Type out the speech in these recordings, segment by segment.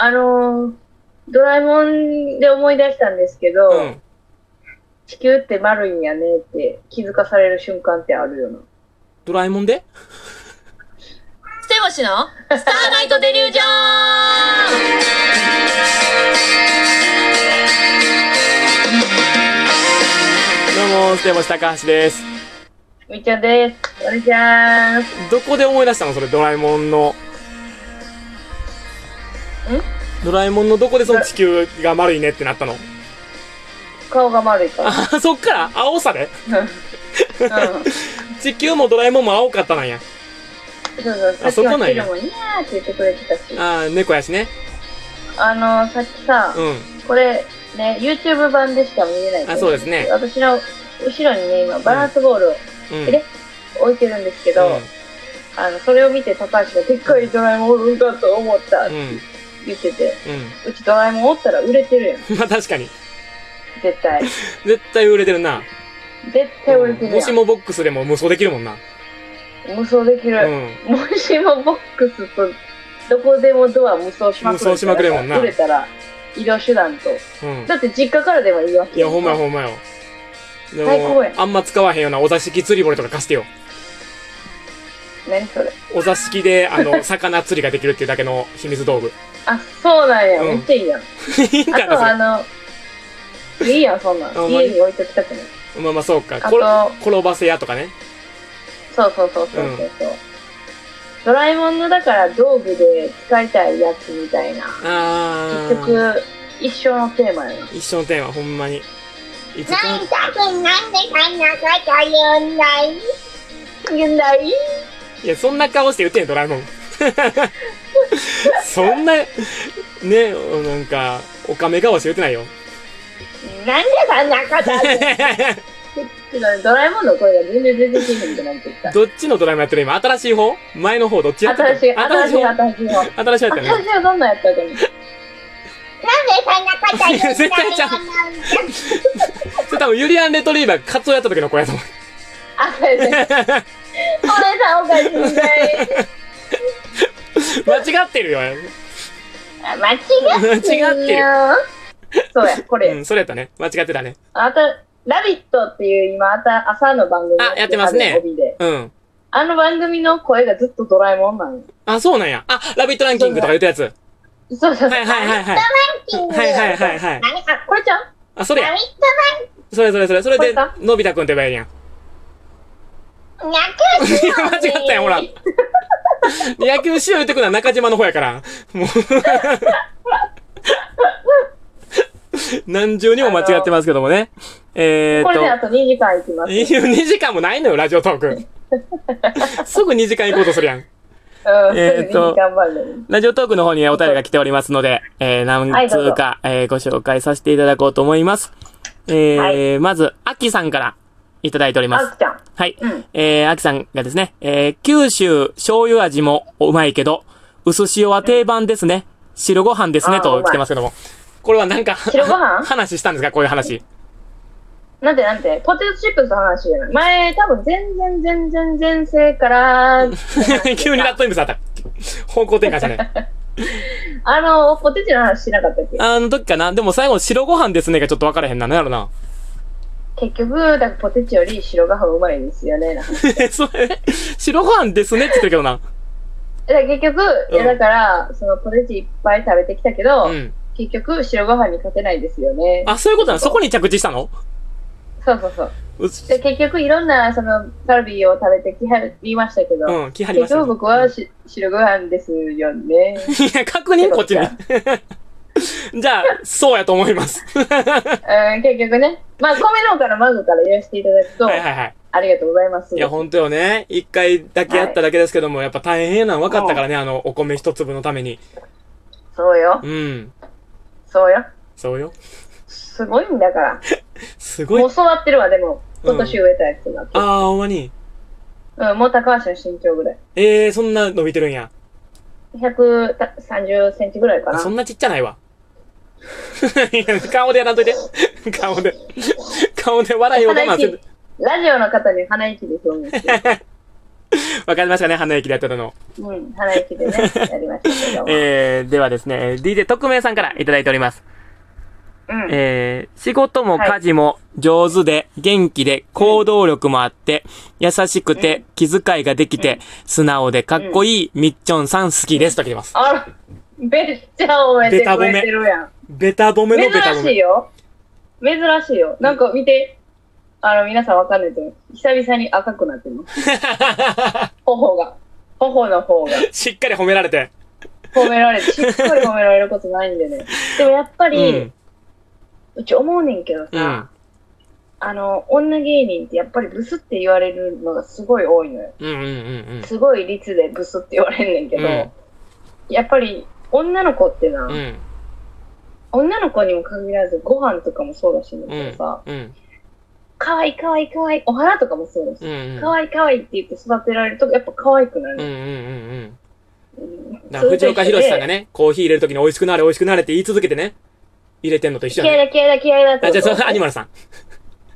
あのードラえもんで思い出したんですけど、うん。地球って丸いんやねって気づかされる瞬間ってあるよな。ドラえもんでステボシのスターナイトデリュージョンどうも、ステボシ高橋です。みっちゃんです。お願いします。どこで思い出したのそれ、ドラえもんの。ドラえもんのどこでその地球が丸いねってなったの顔が丸いから。あ、そっから青さでうん。地球もドラえもんも青かったなんや。そうそう。さあっきそこはなんやチルもニャーって言ってくれてたし。あー、猫やしね。あのー、さっきさ、うこれね、YouTube 版でしか見れないけどあそうですね私の後ろにね、今バランスボールをん。うん。え置いてるんですけど、うあの、それを見て高橋がでっかいドラえもんおるんかと思ったっん。うてん。言ってて、うちドラえもんおったら売れてるやん。うん。まあ確かに。絶対。絶対売れてるな。絶対売れてうんるもやしん。もボックスでも無双できるもんな。無双できる。うん。もしもボックスとどこでもドア無双しまくる無双しまくれもんな売れたら移動手段とうん。だって実家からでもいいわけいや、ほんまやほんまよ。で最高やあんま使わへんようなお座敷釣り堀とか貸してよ。何それお座敷で、あ の、魚釣りができるっていうだけの秘密道具。あそうなんや、うんめっちゃいいやんあいいんかとはあな、のいいやんそんなんあほんまに家に置いときたくないそれ。まあまあ、そうか。あところ転ばせ屋とかね。そうそうそうそうそうそう、ドラえもんのだから道具で使いたいやつみたいなあ結ー。局一生のテーマやな一緒のテーマ、ほんまに。いつか、なんだくんなんでそんなこと言うんだい言うんだいいや、そんな顔して言ってんねんドラえ もん。そんな、ね、なんか、おかめ顔して言ってない よ。なんでそんなこと言うんだいちょっとドラえもんの声が全然出てきへんくなってきたどっちのドラえもんやってる今新しい方前の方どっちやってた新しい新しい方新しいの新しいやったよね私はどんなんやったかね。なんでそんなこと言うんだい絶対ちゃうそれ多分ユリアンレトリーバーカツオやった時の子や と思うあ、そうですね。お姉さんおかし いんかい。間違ってるよあ間違間違ってるそうや、こうれ。んそれやったね間違ってたねあた、ラビットっていう今、あた、朝の番組あやってますねはる帯で。うんあの番組の声がずっとドラえもんなのよ。あそうなんやあラビットランキングとか言ったやつはそうそうそう。いはいはいはいなんはいはいはいはい何かあ、これちゃんあそれや何それそれそれそれこでれかのび太くんって言えばいいやんとなくいや間違ったやんほら野球しよう言ってくのは中島の方やからもう何重にも間違ってますけどもねえーっとこれであと2時間いきます。 2時間もないのよ、ラジオトーク。すぐ2時間行こうとするやん。うん、えーっ2と時間番組。ラジオトークの方にねお便りが来ておりますので、えー、何通か、えーご紹介させていただこうと思います。えーまず、アキさんからいただいておりまあすき。ちゃん。はい。うんえー、アキさんがですね、えー、九州醤油味もうまいけど、薄塩は定番ですね。白ご飯ですね、あーうとまい来てますけども。これはなんか、白ご飯 話したんですかこういう話。なんてなんて、ポテトチップスの話じゃない。前、多分全然全然全世から 急にラットインブスだった。方向転換したね。 あの、ポテチの話しなかったっけあの時かな。でも最後の白ご飯ですねがちょっと分からへんな。なんやろな。 結局、だからポテチより白ご飯うまいですよね。なんかそれ、白ご飯ですねって言ってるけどな。だから結局、うんいやだから、そのポテチいっぱい食べてきたけど、うん。結局、白ご飯に勝てないですよね。あ、そういうことなのそこに着地したのそうそうそう。うすで、結局、いろんな、その、カルビーを食べてきはりましたけど、うん、気張りま結したね、局僕はし白ご飯ですよね。いや、確認こっちに。 じゃあ、そうやと思います。 うん、結局ね。まあ、米農家のマグから言わせていただくと、はいはいはい。ありがとうございます。いや、ほんとよね。一回だけやっただけですけども、やっぱ大変なの分かったからね、あの、お米一粒のために。そうよ。うん。そうよ。そうよ。すごいんだから。すごいもう。育ってるわ、でも。うん今年植えたやつが。あー、ほんまに。うん、もう高橋の身長ぐらい。えー、そんな伸びてるんや。 130センチぐらいかな。そんなちっちゃないわ。 いや顔でやらんといて。 顔で。顔で笑いを我慢鼻せ息る。。ラジオの方に鼻息で表現する。わかりましたね、花駅でやってたの。うん、鼻息でね、やりましたけども。 えー、ではですね、DJ 特命さんからいただいております。うん。えー、仕事も家事も上手で、元気で、行動力もあって、優しくて、気遣いができて、素直でかっこいい、みっちょんさん好きですと来てます。あら、めっちゃ褒めてくれてるやん。ベタ褒めのベタ褒珍しいめ。よ。珍しいよ。なんか見て、あの、皆さんわかんないと思う。久々に赤くなってます。 頬が。頬の方が。しっかり褒められて。褒められて、しっかり褒められることないんでね。でもやっぱうり、ん。うち思うねんけどさ、うん。あの、女芸人ってやっぱりブスって言われるのがすごい多いのよ。うんうんうんすごい率でブスって言われんねんけど、うんやっぱり女の子ってな、うん。うん。女の子にも限らずご飯とかもそうだしねんうけんどさ、。うん。可愛い可愛い可愛い、お花とかもそうだし、うん。可愛い可愛いって言って育てられるとやっぱ可愛くなうんうんる。うんうん。うんだから藤岡弘さんね、がね、コーヒー入れるときに美味しくなれ、美味しくなれって言い続けてね、入れてんのと一緒嫌やいね。だ嫌いだ嫌いだってあ、じゃあ、そこと。れアニマルさん。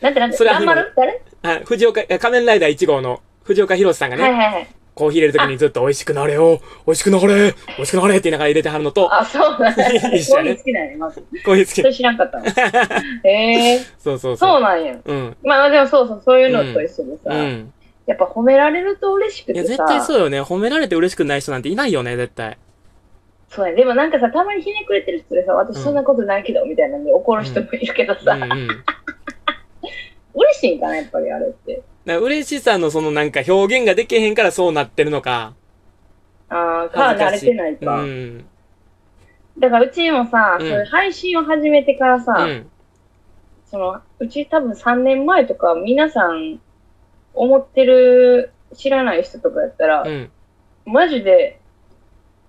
なんてなんて、それは頑張る誰、あ、藤岡、え仮面ライダー1号の藤岡弘さんがね、はいはいはい。コーヒー入れるときにずっと美味しくなれよ、美味しくなれ、美味しくなれって言いながら入れてはるのと、あ、そうなんだ。 一緒やねこういう好きなんや、まず。コーヒーつそけ、れ知らんか ったわ。へえー、そうそうそ。そううなんや。ううん。まあでもそうそう、そういうのと一緒でさ、うん。やっぱ褒められると嬉しくいてや、さ。絶対そうよね。褒められて嬉しくない人なんていないよね、絶対。そうや、でもなんかさ、たまにひねくれてる人でさ、私そんなことないけど、みたいなんで怒る人もいるけどうさ、んうん。だか嬉しいんかな、やっぱりあれって。ら嬉しさのそのなんか表現ができへんからそうなってるのか。ああ、か、恥慣ずかれしいてないか。うん。だからうちもさ、うそんういう配信を始めてからさ、うん。その、うち多分3年前とか、皆さん思ってる知らない人とかやったら、うん。マジで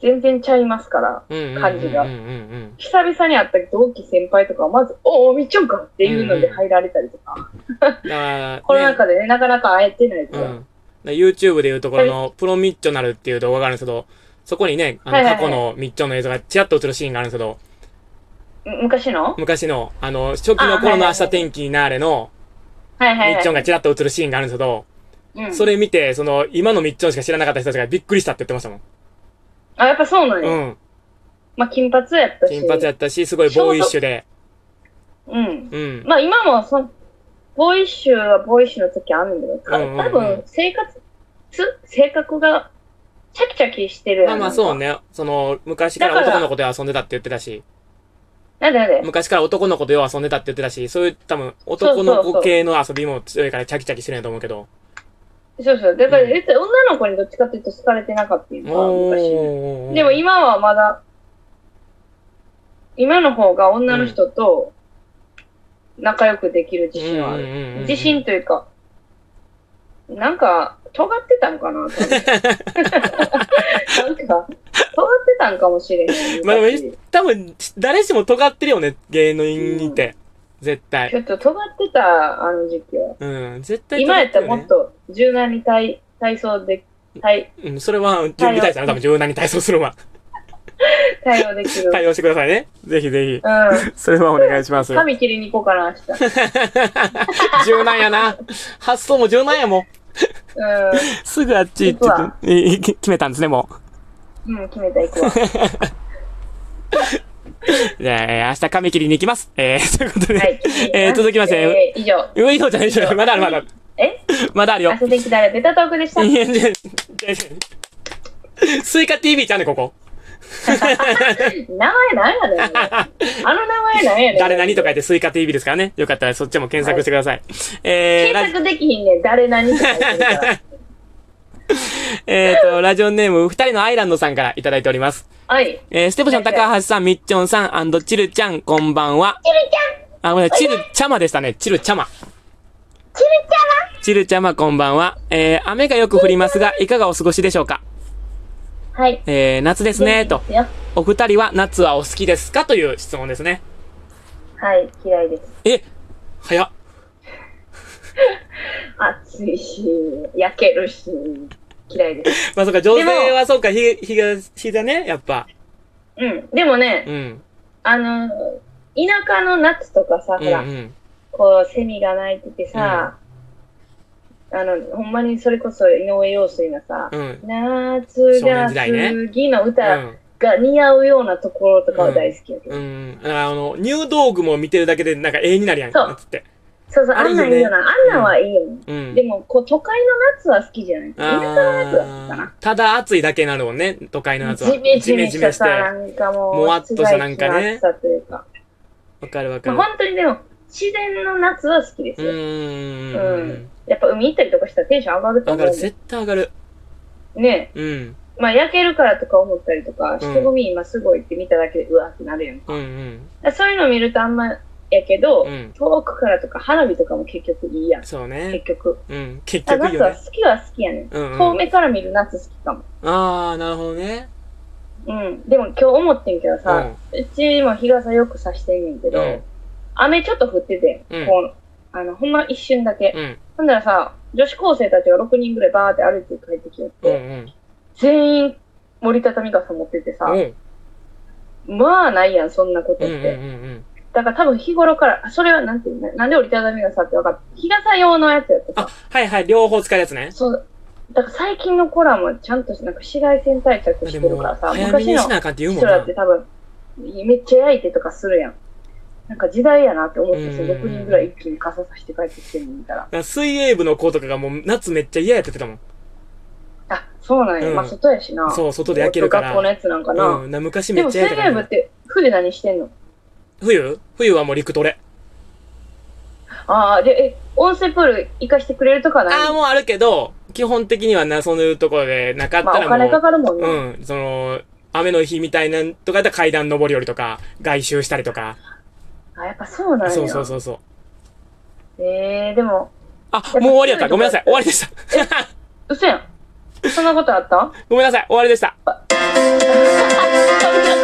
全然ちゃいますから、うん。感じがうんうんうん久々に会った同期先輩とかはまず、おお、みっちょんかっていうのうでん入られたりとか、うん。だから、ねコロナ禍でね、なかなか会えてないとうか、ん。で YouTube でいうところの、プロミッチョナルっていう動画があるんですけど、そこにね、あはいの、はいは過い去のミッチョンの映像がチラッと映るシーンがあるんですけど、む昔の昔の、あの、初期の頃の明日天気になれの、はいミはい、はッいチョン。がチラッと映るシーンがあるんですけど、うんそれ見て、その、今のミッチョンしか知らなかった人たちがびっくりしたって言ってましたもん。あ、やっぱそうなんや。うん。まあ、金髪やったし。金髪やったし、すごいボーイッシュで、うん。うん。まあ、今も、その、ボーイッシュはボーイッシュの時あるんだけど、かうんうんうん多分、生活、つ性格が、チャキチャキしてるやんまあまあそう。ね、その、昔からだから男の子で遊んでたって言ってたし、なんかなんでなんで昔から男の子でよう遊んでたって言ってたし、そういう多分、男の子系の遊びも強いからチャキチャキしてるんやと思うけど。そうそう。だから、うん絶対女の子にどっちかっていうと好かれてなかったっていうか、昔。おーでも今はまだ、今の方が女の人と仲良くできる自信はある。自信というか、なんか、尖ってたんかな、多分 なんか、尖ってたんかもしれへん。まあでも昔多分、誰しも尖ってるよね、芸能人って。絶対ち。ょっと尖ってた、あの時期は。うん、絶対今尖やったてるらよもねっと柔軟に体体操で、対うん、それは、準備体操ね、多分柔軟に体操するわ。対応できる。対応してくださいね。ぜひぜひ。うそれはお願いしますん。。髪切りに行こうかな、明日。柔軟やな。発想も柔軟やもん。すぐあっち行って行くわえ決めたんですね、もうん。うん、決めた、行 くわ。はう。じゃあ、えー明日髪切りに行きます。えー、ということで。い。えー、続きまして、えー以上。ういのちゃん一緒だまだある、まだある。 えまだあるよ明。日できたら出たトークで した。いやいやいやスイカ TV ちゃうね、ここ。名前なんやねん。あの名前なんやねん。 誰何とか言ってスイカ TV ですからね。よかったらそっちも検索してください。えー、ラ検ジ索できひんねん、誰何とか言ってる から。えーと、ラジオネーム、二人のアイランドさんからいただいております。はい。えー、ステポション高橋さん、みっちょんさん、チルちゃん、こんばんは。チルちゃん、あ、ごめんなさい、チルちゃまでしたね。チルちゃま。チルちゃんはチルちゃま、こんばんは。えー、雨がよく降りますが、いかがお過ごしでしょうかはい。えー、夏ですね、と元気。ですよお二人は夏はお好きですかという質問ですね。はい、嫌いです。え、早っ。暑いし、焼けるし、嫌いです。まあ、そうか、女性はそうか、ひ、ひが、ひだね、やっぱ。うん。でもね、うん。あの、田舎の夏とかさ、うほんうら、ん。こう、セミが鳴いててさ、あの、ほんまにそれこそ井上陽水がさ、うん。夏少年が時代ね次のう歌ん。が似合うようなところとかは大好きやけど。うん。あの、入道具も見てるだけでなんか絵になるやんそか、うつって。そうそう、あんなんいいよな。あんなんはいいよ。うんで。も、こう、都会の夏は好きじゃない。田舎の夏は好きかな。あーただ暑いだけになるもんね、都会の夏は。ジメジメしたさ、なわんかもう、もわっとしたなんかね市街地の暑さというか。かるわかまある。本当にでも、自然の夏は好きですうよ。ーん。やっぱ海行ったりとかしたらテンション上がると上思がうる、もん。絶対上がる。ねうん。まあ焼けるからとか思ったりとか、人混み今すごいって見ただけで、うわってなるやん。だかうんうん。らそういうの見るとあんまやけど、うん遠くからとか花火とかも結局いいやん。そう結ね。局。うん。結あ局い夏いよはね。好きは好きやねん。うん遠うん。目から見る夏好きかも。ああ、なるほどね。うん。でも今日思ってんけどうさ、ん。うちも日傘よくさしてんねんけど、うん雨ちょっと降ってて、うんこう、あの、ほんま一瞬だけ。うん。ほんだらさ、女子高生たちが6人ぐらいバーって歩いて帰ってきよっうて、んうん。全員折りたたみ傘持っててさ、うん。まあないやん、そんなことうっんて。うんうんだから多分日頃から、あそれはなんていうのなんで折りたたみ傘って分かった。日傘用のやつやってさ、、あはいはい、両方使うやつね。そう、だから最近の子らもちゃんとなんか紫外線対策してでるも、からさ、早め昔にのしなあかんって言うも人んらなって。多分、めっちゃ焼いてとかするやん。なんか時代やなって思ってさ、うん6人ぐらい一気に傘さして帰ってきてるの見たら。だから水泳部の子とかがもう夏めっちゃ嫌やって言ってたもん。あ、そうなんや。うんまあ外やしな。そう、外で焼けるから。学校のやつなんかな。うん、な昔めでっもち水ゃ嫌やっ泳部たからっな。て、冬何してんの冬冬はもう陸トレ。ああ、で、え、温水プール行かしてくれるとかないああ、もうあるけど、基本的にはな、そういうところで、なかったまあおら金もかかるもんう、ね。うん、その、雨の日みたいなんとかやったら階段登り降りとか、外周したりとか。あ、やっぱそうなんや。そうそうそうそう。ええー、でも、あ、もう終わりやった。ごめんなさい。終わりでした。 嘘やん。そんなことあったごめんなさい。終わりでした。そんなこと